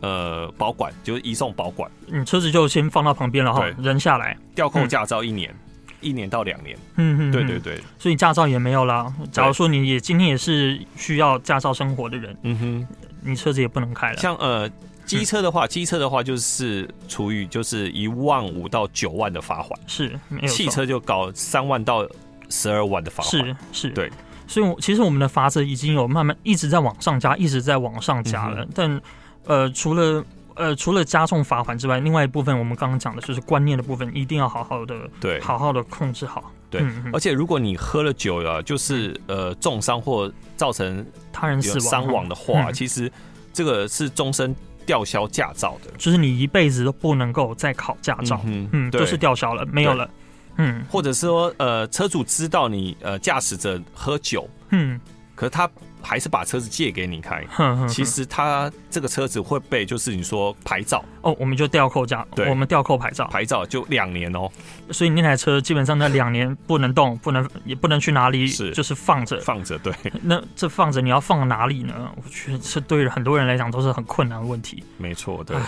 A: 呃保管，就是移送保管，
B: 你嗯车子就先放到旁边了哈
A: 对，
B: 人下来，
A: 吊扣驾照一年，一年到两年。
B: 嗯哼，
A: 对对
B: 嗯，
A: 对，
B: 所以驾照也没有啦。假如说你也今天也是需要驾照生活的人，
A: 嗯哼。
B: 你车子也不能开了。
A: 像呃，机车的话，机车的话就是处于就是一万五到九万的罚款，
B: 是没有错
A: 汽车就搞三万到十二万的罚款。
B: 是是，
A: 对。
B: 所以我，其实我们的法则已经有慢慢一直在往上加，一直在往上加了。但，呃，除了呃除了加重罚款之外，另外一部分我们刚刚讲的就是观念的部分，一定要好好的
A: 对
B: 好好的控制好。
A: 对哦
B: 嗯嗯
A: 而且如果你喝了酒了，就是呃重伤或造成
B: 他人嗯死
A: 有
B: 亡
A: 伤亡的话，
B: 嗯
A: 其实这个是终身吊销驾照的。
B: 就是你一辈子都不能够再考驾照，
A: 嗯哼
B: 嗯，
A: 对
B: 都是吊销了，没有了，嗯
A: 或者是说，呃，车主知道你呃驾驶者喝酒，
B: 嗯，
A: 可是他还是把车子借给你开，
B: 哼哼
A: 其实他这个车子会被就是你说牌照，
B: 哦，我们就吊扣驾，
A: 对
B: 我们吊扣牌照，
A: 牌照就两年哦，
B: 所以那台车基本上那两年不能动， 不能也不能去哪里，
A: 是
B: 就是放着。
A: 放着对，
B: 那这放着你要放哪里呢？我觉得这对于很多人来讲都是很困难的问题。
A: 没错对
B: 唉。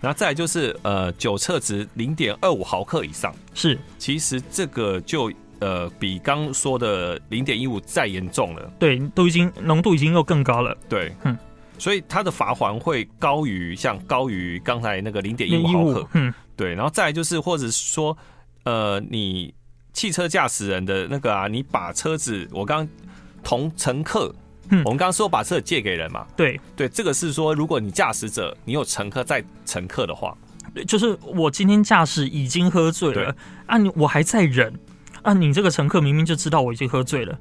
A: 然后再来就是呃，酒测值零点二五毫克以上，
B: 是
A: 其实这个就呃比刚说的零点一五再严重了，
B: 对，都已经浓度已经又更高了，
A: 对，
B: 嗯
A: 所以它的罚款会高于像高于刚才那个零点一
B: 零
A: 五
B: 一
A: 毫
B: 五
A: 克，，
B: 嗯，
A: 对，然后再来就是，或者是说，呃，你汽车驾驶人的那个啊，你把车子，我刚同乘客，
B: 嗯
A: 我们刚刚说把车子借给人嘛，
B: 对，
A: 对，这个是说，如果你驾驶者你有乘客在乘客的话，
B: 就是我今天驾驶已经喝醉了
A: 对
B: 啊你，我还在忍啊，你这个乘客明明就知道我已经喝醉了。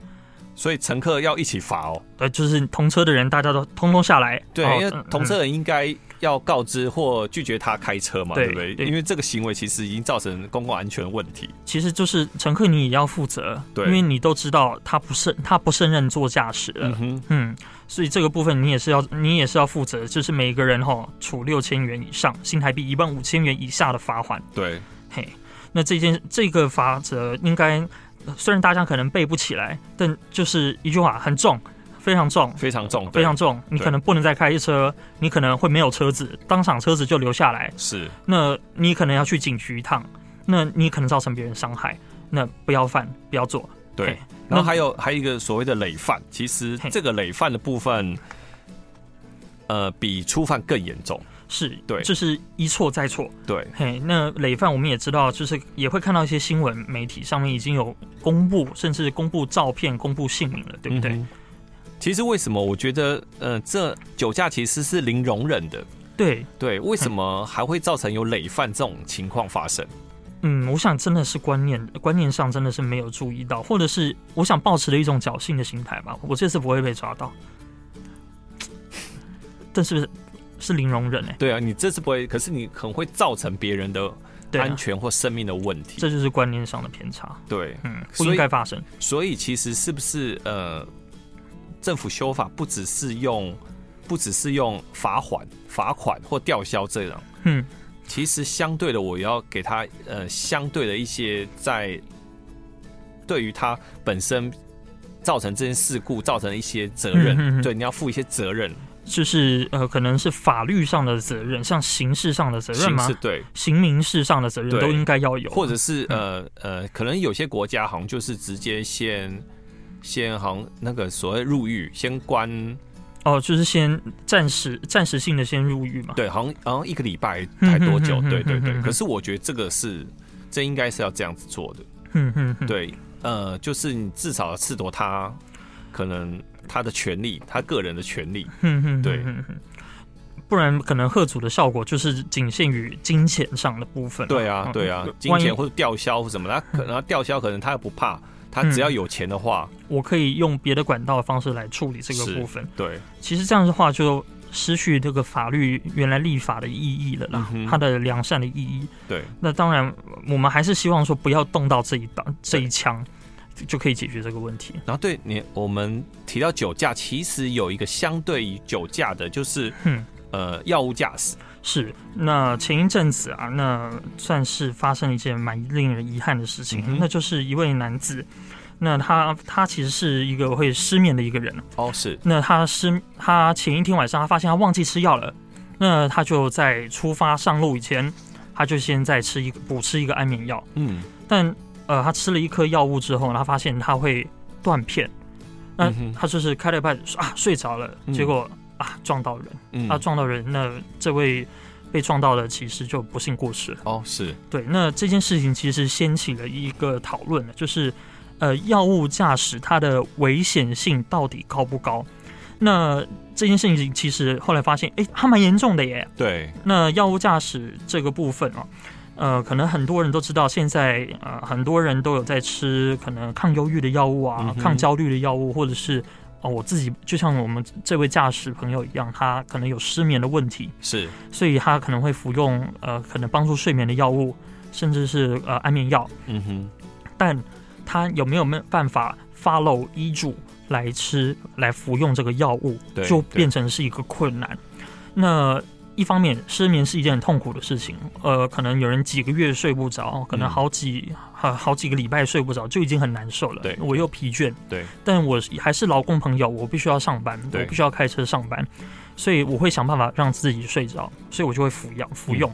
A: 所以乘客要一起罚哦。
B: 对，就是同车的人，大家都通通下来。
A: 对，
B: 哦
A: 因为
B: 嗯
A: 同
B: 嗯
A: 车人应该要告知或拒绝他开车嘛，
B: 对
A: 对不对？
B: 对
A: 因为这个行为其实已经造成公共安全问题。
B: 其实就是乘客你也要负责，
A: 对
B: 因为你都知道他不胜他不胜任做驾驶了
A: 嗯，哼，
B: 嗯所以这个部分你也是要你也是要负责，就是每个人哈处六千元以上新台币一万五千元以下的罚款。
A: 对，
B: 嘿，那这件这个法则应该呃虽然大家可能背不起来，但就是一句话很重，非常重。
A: 非常重，
B: 非
A: 对
B: 常重，你
A: 对
B: 可能不能再开车，你可能会没有车子，当场车子就留下来，
A: 是
B: 那你可能要去警局一趟，那你可能造成别人伤害，那不要犯，不要做。
A: 对
B: 嘿。
A: 然后还有还有一个所谓的累犯，其实
B: 嘿
A: 这个累犯的部分，呃，比初犯更严重。
B: 是，
A: 对
B: 就是一错再错。
A: 对，
B: 嘿，那累犯我们也知道，就是也会看到一些新闻媒体上面已经有公布，甚至公布照片、公布姓名了，对不对？
A: 嗯哼其实为什么我觉得，呃，这酒驾其实是零容忍的。
B: 对，
A: 对，为什么还会造成有累犯这种情况发生？
B: 嗯，我想真的是观念观念上真的是没有注意到，或者是我想抱持的一种侥幸的心态吧，我这次不会被抓到，但是是零容忍哎、
A: 对啊，你这次不会，可是你很会造成别人的
B: 对啊、
A: 安全或生命的问题。
B: 这就是观念上的偏差，
A: 对，
B: 嗯，不
A: 所以
B: 应该发生。
A: 所以其实是不是呃，政府修法不只是用，不只是用罚款、罚款或吊销这样，
B: 嗯，
A: 其实相对的，我要给他呃相对的一些在对于他本身造成这件事故造成一些责任，
B: 嗯哼哼
A: 对，你要负一些责任，
B: 就是呃，可能是法律上的责任，像刑事上的责任
A: 刑
B: 吗哦
A: 事？对，
B: 刑民事上的责任
A: 对
B: 都应该要有，
A: 或者是呃呃，可能有些国家好像就是直接先先好像那个所谓入狱，先关
B: 哦，就是先暂时暂时性的先入狱嘛。
A: 对，好像好像一个礼拜才多久，
B: 嗯哼哼
A: 对对
B: 哼哼
A: 对。
B: 哼
A: 可是我觉得这个是这应该是要这样子做的，
B: 嗯嗯嗯，
A: 对，呃，就是你至少要剥夺他可能他的权利，他个人的权利，
B: 嗯嗯，
A: 对
B: 嗯嗯不然可能贺主的效果就是仅限于金钱上的部分。
A: 对啊
B: 嗯
A: 对啊，金
B: 万一嗯
A: 钱或者吊销或什么，他可能他吊销可能他又不怕，他只要有钱的话，
B: 我可以用别的管道的方式来处理这个
A: 是
B: 部分。
A: 对，
B: 其实这样的话就失去这个法律原来立法的意义了啦，
A: 嗯哼
B: 它的良善的意义。
A: 对
B: 那当然，我们还是希望说不要动到这一刀这一枪，就可以解决这个问题。
A: 然后对你，我们提到酒驾，其实有一个相对于酒驾的，就是
B: 嗯
A: 呃药物驾驶，
B: 是，那前一阵子啊，那算是发生了一件蛮令人遗憾的事情，
A: 嗯哼
B: 那就是一位男子，那他他其实是一个会失眠的一个人，啊
A: 哦是，
B: 那他失他前一天晚上他发现他忘记吃药了，那他就在出发上路以前，他就先再吃一个补吃一个安眠药，
A: 嗯，
B: 但呃，他吃了一颗药物之后，他发现他会断片，那
A: 嗯哼
B: 他就是开了一半啊睡着了，
A: 嗯
B: 结果啊撞到人，
A: 嗯
B: 啊撞到人，那这位被撞到的其实就不幸过世了。
A: 哦是，
B: 对，那这件事情其实掀起了一个讨论了，就是呃药物驾驶它的危险性到底高不高？那这件事情其实后来发现，哎，还蛮严重的耶。
A: 对，
B: 那药物驾驶这个部分啊，呃，可能很多人都知道，现在呃很多人都有在吃可能抗忧郁的药物啊
A: 嗯、哼
B: 抗焦虑的药物，或者是哦我自己就像我们这位驾驶朋友一样，他可能有失眠的问题，
A: 是，
B: 所以他可能会服用呃可能帮助睡眠的药物，甚至是呃安眠药，
A: 嗯哼，
B: 但他有没有没办法 follow 医嘱来吃、来服用这个药物
A: 对，
B: 就
A: 对
B: 变成是一个困难。那一方面，失眠是一件很痛苦的事情，呃，可能有人几个月睡不着，可能
A: 嗯
B: 好几、好好几个礼拜睡不着，就已经很难受了。
A: 对
B: 我又疲倦，
A: 对，
B: 但我还是劳工朋友，我必须要上班，
A: 对
B: 我必须要开车上班，所以我会想办法让自己睡着，所以我就会服药
A: 嗯
B: 服用。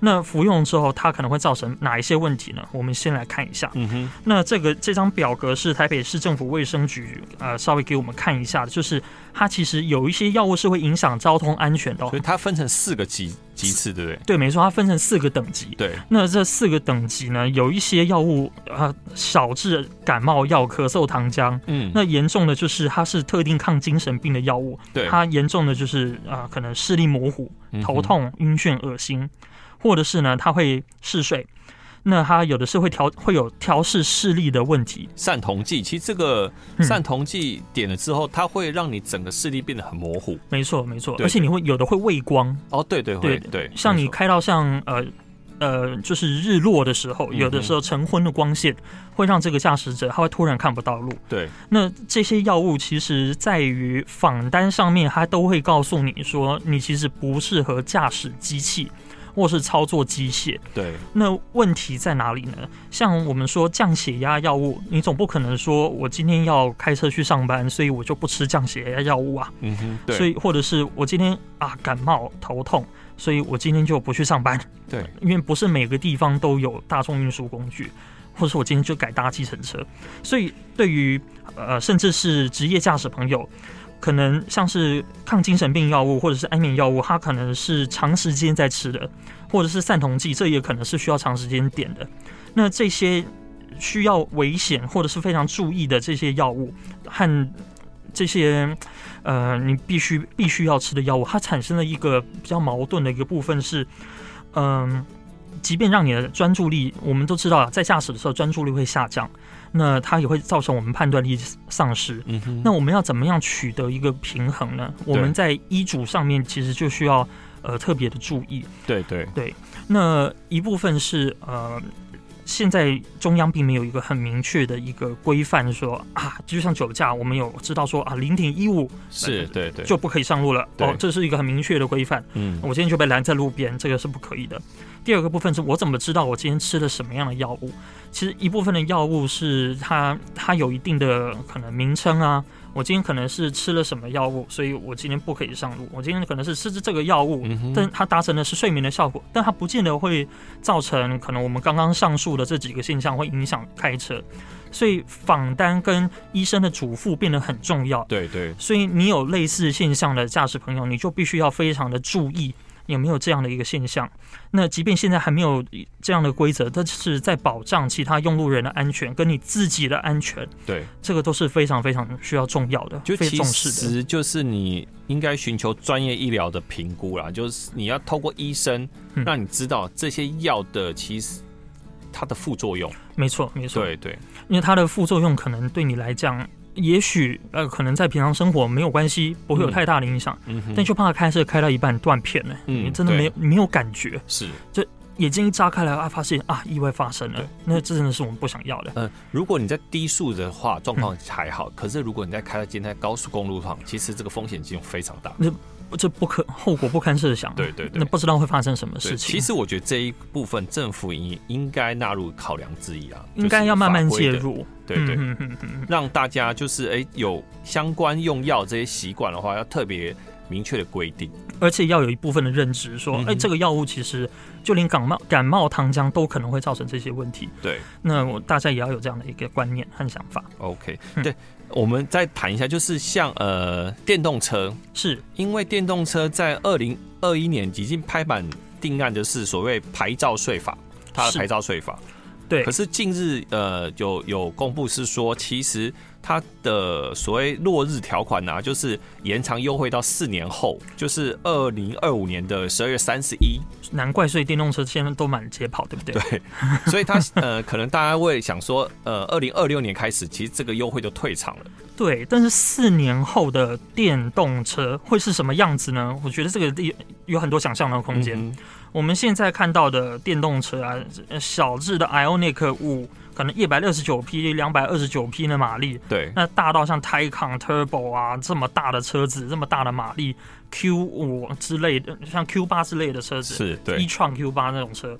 B: 那服用之后，它可能会造成哪一些问题呢？我们先来看一下。
A: 嗯哼，
B: 那这个这张表格是台北市政府卫生局呃稍微给我们看一下的，就是它其实有一些药物是会影响交通安全的、哦
A: 所以。它分成四个级级次，对不对？
B: 对，没错，它分成四个等级。
A: 对，
B: 那这四个等级呢，有一些药物啊、呃小至感冒药、咳嗽糖浆，
A: 嗯，
B: 那严重的就是它是特定抗精神病的药物，
A: 对，
B: 它严重的就是啊、呃可能视力模糊、
A: 嗯哼
B: 头，痛、晕眩、恶心，或者是呢它会嗜睡。那它有的是会调会有调试视力的问题，
A: 散瞳剂，其实这个
B: 嗯
A: 散瞳剂点了之后，它会让你整个视力变得很模糊。
B: 没错，没错，
A: 对
B: 而且你会有的会畏光，
A: 哦，对对会
B: 对
A: 对，
B: 像
A: 没
B: 你
A: 错
B: 开到像呃呃，就是日落的时候，
A: 嗯哼
B: 有的时候晨昏的光线会让这个驾驶者他会突然看不到路。
A: 对，
B: 那这些药物其实在于访单上面，它都会告诉你说，你其实不适合驾驶机器或是操作机械。
A: 对，
B: 那问题在哪里呢？像我们说降血压药物，你总不可能说我今天要开车去上班，所以我就不吃降血压药物啊。
A: 嗯哼，对，
B: 所以或者是我今天啊感冒头痛，所以我今天就不去上班，
A: 对，
B: 因为不是每个地方都有大众运输工具，或者是我今天就改搭计程车，所以对于呃甚至是职业驾驶朋友。可能像是抗精神病药物或者是安眠药物，它可能是长时间在吃的，或者是散瞳剂，这也可能是需要长时间点的。那这些需要危险或者是非常注意的这些药物和这些呃你必须必须要吃的药物，它产生了一个比较矛盾的一个部分是，嗯、即便让你的专注力，我们都知道啊，在驾驶的时候专注力会下降，那它也会造成我们判断力丧失。
A: 嗯哼，
B: 那我们要怎么样取得一个平衡呢？我们在医嘱上面其实就需要呃特别的注意。
A: 对对，
B: 那一部分是呃，现在中央并没有一个很明确的一个规范说啊，就像酒驾，我们有知道说啊，零点一五
A: 是，对对，
B: 就不可以上路了。
A: 对
B: 哦，这是一个很明确的规范。
A: 嗯，
B: 我今天就被拦在路边，这个是不可以的。第二个部分是我怎么知道我今天吃了什么样的药物？其实一部分的药物是它它有一定的可能名称啊，我今天可能是吃了什么药物，所以我今天不可以上路。我今天可能是吃这个药物，
A: 嗯哼，
B: 但它达成的是睡眠的效果，但它不见得会造成可能我们刚刚上述的这几个现象会影响开车，所以访单跟医生的嘱咐变得很重要。
A: 对对，
B: 所以你有类似现象的驾驶朋友，你就必须要非常的注意有没有这样的一个现象。那即便现在还没有这样的规则，但是在保障其他用路人的安全跟你自己的安全，
A: 对，
B: 这个都是非常非常需要重要的，
A: 就
B: 非
A: 其
B: 常重视的。
A: 实就是你应该寻求专业医疗的评估啦，就是你要透过医生
B: 嗯
A: 让你知道这些药的其实它的副作用。
B: 没错，没错。
A: 对对
B: 因为它的副作用可能对你来讲，也许呃，可能在平常生活没有关系，不会有
A: 嗯
B: 太大的影响，
A: 嗯哼
B: 但就怕开车开到一半断片了，
A: 嗯
B: 你真的没有没有感觉，
A: 是，
B: 眼睛一眨开来啊，发现啊意外发生了，那这真的是我们不想要的。
A: 嗯，如果你在低速的话，状
B: 嗯
A: 况还好，可是如果你在开到今天在高速公路上，其实这个风险性非常大。
B: 这不可后果不堪设想，
A: 对对对
B: 那不知道会发生什么
A: 对，
B: 事情。
A: 其
B: 啊
A: 实我觉得这一部分政府应应该纳入考量之一啊，
B: 应该要慢慢
A: 就是法
B: 介
A: 规的，
B: 入，
A: 对对
B: 嗯嗯嗯嗯
A: 让大家就是哎、有相关用药这些习惯的话，要特别明确的规定。
B: 嗯而且要有一部分的认知，说，
A: 嗯
B: 哎、
A: 哼
B: 这个药物其实就连感冒、感冒糖浆都可能会造成这些问题。
A: 对
B: 那我大家也要有这样的一个观念和想法。
A: ，OK，、
B: 嗯
A: 对，我们再谈一下，就是像呃电动车，
B: 是，
A: 因为电动车在二零二一年已经拍板定案的是所谓牌照税法，它的
B: 是
A: 牌照税法。
B: 对
A: 可，是近日呃有有公布是说，其实它的所谓落日条款呢、就是延长优惠到四年后，就是二零二五年的十二月三十一。
B: 难怪，所以电动车现在都满街跑，对不对？
A: 对， 所以它呃，可能大家会想说，呃，二零二六年开始，其实这个优惠就退场了。
B: 对但是四年后的电动车会是什么样子呢？我觉得这个地有很多想象的空间。
A: 嗯哼
B: 我们现在看到的电动车啊，呃小智的 Ionic 五可能一百六十九匹、两百二十九匹的马力，
A: 对，
B: 那大到像 Taycan Turbo 啊这么大的车子，这么大的马力，Q 五之类的，像 Q 八之类的车子，
A: 是，对
B: 一，创 Q 八那种车，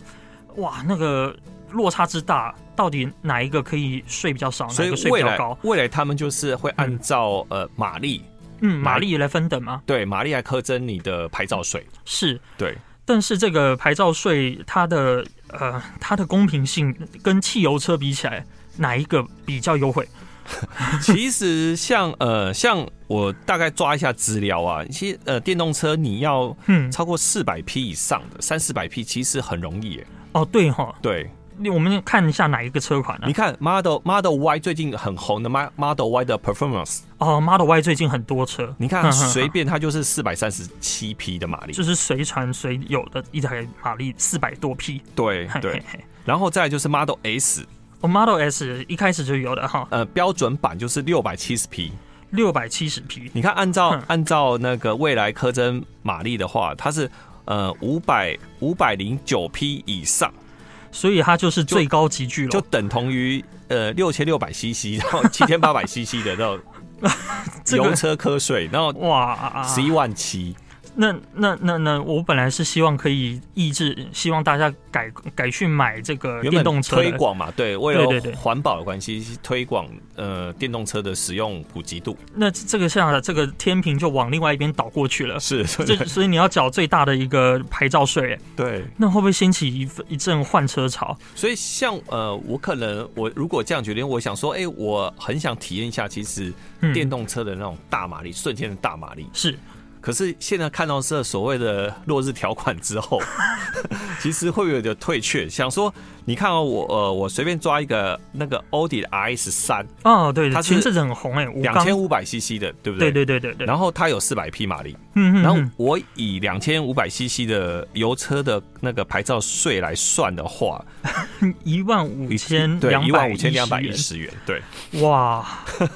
B: 哇，那个落差之大，到底哪一个可以税比较少，
A: 所
B: 哪
A: 以
B: 一个税比
A: 未
B: 较
A: 来
B: 高？
A: 未来他们就是会按照、呃马力，
B: 嗯，马力来分等嘛，
A: 对马力来苛征你的牌照 税，
B: 是。
A: 对，
B: 但是这个牌照税，它的呃，它的公平性跟汽油车比起来，哪一个比较优惠？
A: 其实像呃像我大概抓一下资料啊，其实呃电动车你要
B: 嗯，
A: 超过四百匹以上的三四百匹其实很容易耶，
B: 哦，对哈，
A: 对，
B: 我们看一下哪一个车款呢、啊
A: 你看 Model Model Y 最近很红的 Mo- Model Y 的 Performance，
B: 哦，Model Y 最近很多车，
A: 你
B: 哼
A: 看
B: 哼哼
A: 随便它就是四百三十七匹的马力，
B: 嗯就是随传随有的一台马力四百多匹，
A: 对
B: 嘿嘿
A: 对，
B: 嘿。
A: 然后再来就是 Model S，
B: 我 Model S 一开始就有的哈，
A: 呃标准版就是六百七十匹，
B: 六百七十匹，
A: 你看按照
B: 哼
A: 按照那个未来苛征马力的话，它是呃五百五百零九匹以上。
B: 哦所以它就是最高级距
A: 就
B: 了。
A: 等同于呃六千六百 CC 然后七千八百 CC 的那种
B: 这个
A: 油车科税，然后
B: 哇啊！
A: 十一万七，
B: 那那那那，我本来是希望可以抑制，希望大家改改去买这个
A: 原
B: 呃电
A: 本
B: 动车的
A: 推广嘛，对，为
B: 对
A: 了
B: 对对
A: 环保的关系，推广呃电动车的使用普及度
B: 那这这个像这个天平就往另外一边倒过去 了。
A: 是，
B: 这所以你要缴最大的一个牌照税，哎
A: 对，
B: 那会不会掀起一一阵换车潮？
A: 所以像呃我可能我如果这样决定，我想说，哎，我很想体验一下，其实
B: 嗯
A: 电动车的那种大马力，瞬间的大马力，
B: 是
A: 可是现在看到这所谓的落日条款之 后， 其实会有点退却，想说，你看哦，我呃，我随便抓一个那个欧迪的 RS 三，
B: 哦，对，
A: 它是
B: 前阵子很红哎，五
A: 两
B: 缸，
A: 千五百 CC 的，对不
B: 对
A: 对？
B: 对对对对，
A: 然后它有四百匹马力，
B: 嗯嗯，
A: 然后
B: 嗯
A: 我以两千五百 CC 的油车的那个牌照税来算的话，
B: 一万五千
A: 对
B: 两
A: 一
B: 百
A: 万五千两百一十元，对
B: 哇，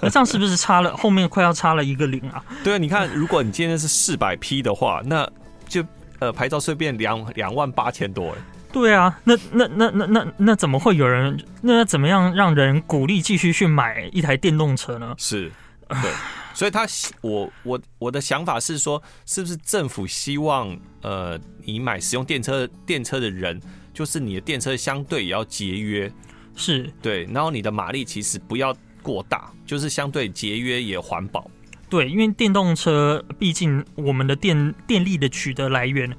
B: 那这样是不是差了后面快要差了一个零啊？
A: 对啊，你看，如果你今天是四百匹的话，那就呃牌照税变两两万八千多，哎
B: 对啊，那那那那那那怎么会有人？那怎么样让人鼓励继续去买一台电动车呢？
A: 是，对，所以他希我我我的想法是说，是不是政府希望呃，你买使用电车电车的人，就是你的电车相对也要节约，
B: 是
A: 对，然后你的马力其实不要过大，就是相对节约也环保，
B: 对，因为电动车毕竟我们的电电力的取得来源，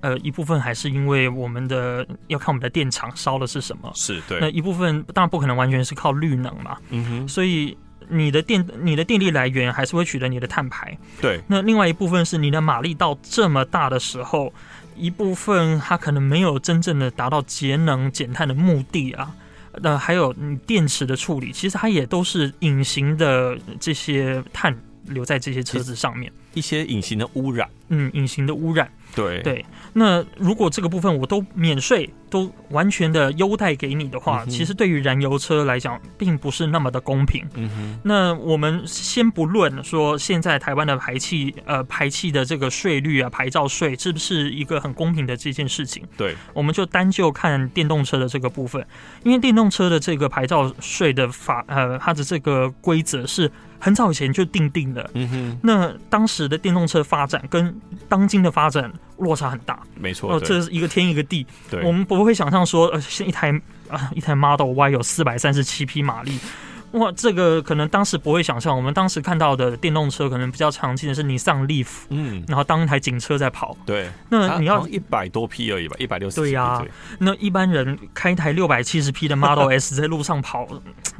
B: 呃，一部分还是因为我们的要看我们的电厂烧的是什么，
A: 是
B: 那，一部分当然不可能完全是靠绿能嘛，
A: 嗯哼，
B: 所以。你的电你的电力来源还是会取得你的碳排，
A: 对，
B: 那另外一部分是你的马力到这么大的时候，一部分它可能没有真正的达到节能减碳的目的啊。那还有你电池的处理，其实它也都是隐形的这些碳留在这些车子上面，
A: 一些隐形的污染，
B: 嗯，隐形的污染。
A: 对
B: 对那如果这个部分我都免税，都完全的优待给你的话，
A: 嗯哼
B: 其实对于燃油车来讲，并不是那么的公平。
A: 嗯哼，
B: 那我们先不论说现在台湾的排气呃排气的这个税率啊，牌照税是不是一个很公平的这件事情，
A: 对，
B: 我们就单就看电动车的这个部分，因为电动车的这个牌照税的法呃它的这个规则是很早以前就定定的。
A: 嗯哼，
B: 那当时的电动车发展跟当今的发展落差很大，
A: 没错，
B: 哦，
A: 对
B: 这是一个天一个地。
A: 对，
B: 我们不会想象说，呃，现一台啊、一台 Model Y 有四百三十七匹马力，哇，这个可能当时不会想象。我们当时看到的电动车，可能比较常见的是尼桑 Leaf，
A: 嗯。
B: 然后当一台警车在跑。
A: 对，
B: 那你要、
A: 一百多匹而已吧，一百六十。
B: 对呀那一般人开一台六百七十匹的 Model S 在路上跑，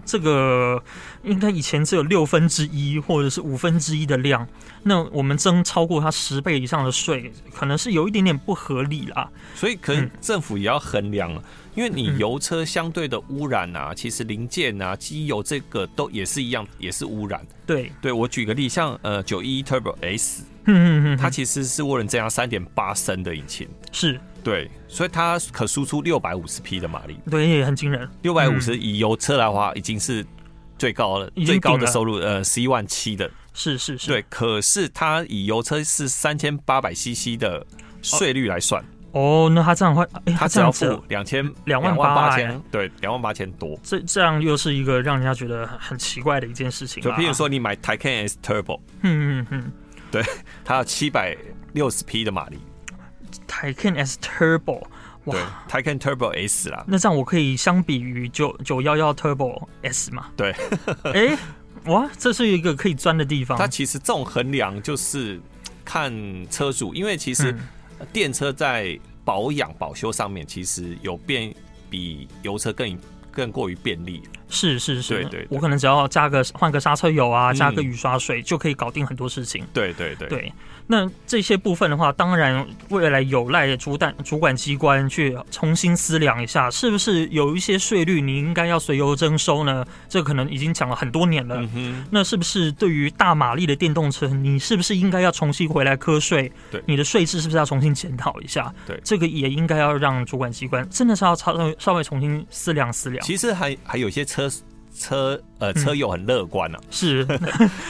B: 这个应该以前只有六分之一或者是五分之一的量。那我们征超过它十倍以上的税，可能是有一点点不合理啦。
A: 所以可能
B: 嗯
A: 政府也要衡量了，因为你
B: 嗯
A: 油车相对的污染啊，其实零件啊、机油这个都也是一样，也是污染。
B: 对，
A: 对我举个例，像呃九一 Turbo S，
B: 嗯嗯嗯，
A: 它其实是涡轮增压三点八升的引擎，
B: 是
A: 对，所以它可输出六百五十匹的马力，
B: 对，也很惊人。
A: 六百五十以油车来话已经是。最高了，
B: 嗯已经
A: 最高
B: 顶
A: 的
B: 了
A: 收入呃十一万七的，
B: 是是是，
A: 对，可是它以油车是三千八百 CC 的税率来算，
B: 哦，那他这样会，哎，
A: 他只
B: 这
A: 要
B: 样子
A: 付两千
B: 两
A: 万
B: 万
A: 八
B: 八哎
A: 千，对，两万八千多。
B: 这这样又是一个让人家觉得很奇怪的一件事情。
A: 就譬如，说你买 Taycan S Turbo，
B: 嗯嗯嗯
A: 它有七百六十匹的马力，
B: ，Taycan S Turbo，哇嗯
A: 对，，Taycan Turbo S 啦，
B: 那这样我可以相比于九九幺幺 Turbo S 嘛？
A: 对，
B: 哎，哇，这是一个可以钻的地方。
A: 它其实这种衡量就是看车主，因为其实
B: 嗯
A: 电车在保养保修上面其实有变比油车更更过于便利，
B: 是是是，
A: 对对对
B: 我可能只要加个换个刹车油啊，
A: 嗯
B: 加个雨刷水、就可以搞定很多事情。
A: 对对对，
B: 对，那这些部分的话，当然未来有赖主管主管机关去重新思量一下，是不是有一些税率你应该要随油征收呢？这可能已经讲了很多年了。
A: 嗯哼，
B: 那是不是对于大马力的电动车，你是不是应该要重新回来科税？
A: 对
B: 你的税制是不是要重新检讨一下？
A: 对
B: 这个也应该要让主管机关真的是要稍微稍微重新思量思量。
A: 其实还还有一些车车
B: 嗯
A: 呃车友很乐观啊，
B: 是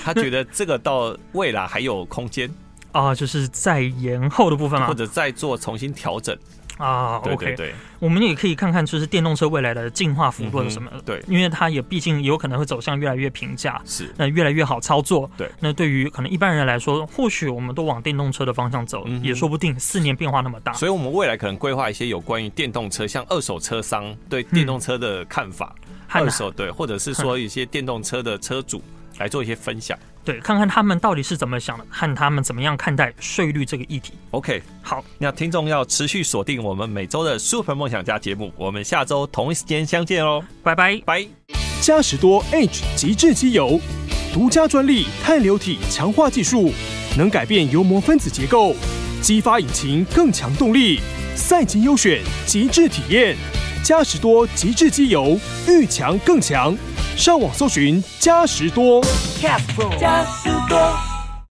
A: 他觉得这个到未来还有空间，
B: 啊，就是在延后的部分
A: 或
B: 嘛。
A: 者再做重新调整，
B: 啊
A: 对对
B: ，OK，
A: 对，
B: 我们也可以看看就是电动车未来的进化幅度是什么
A: 嗯。哼对
B: 因为它也毕竟也有可能会走向越来越平价。
A: 是，
B: 那越来越好操作，
A: 对
B: 那对于可能一般人来说，或许我们都往电动车的方向走，
A: 嗯哼
B: 也说不定。四年变化那么大，
A: 所以我们未来可能规划一些有关于电动车，像二手车商对电动车的看法，
B: 嗯汉
A: 二
B: 娜
A: 手对，或者是说一些电动车的车主来做一些分享。
B: 对，看看他们到底是怎么想的，看他们怎么样看待税率这个议题。
A: OK，
B: 好，
A: 那听众要持续锁定我们每周的 Super 梦想家节目，我们下周同一时间相见哦，
B: 拜拜。
A: 拜。
C: 嘉实多 H 极致机油，独家专利碳流体强化技术，能改变油膜分子结构，激发引擎更强动力。赛级优选，极致体验。嘉实多极致机油，遇强更强。上网搜寻嘉实多。
D: 加速多。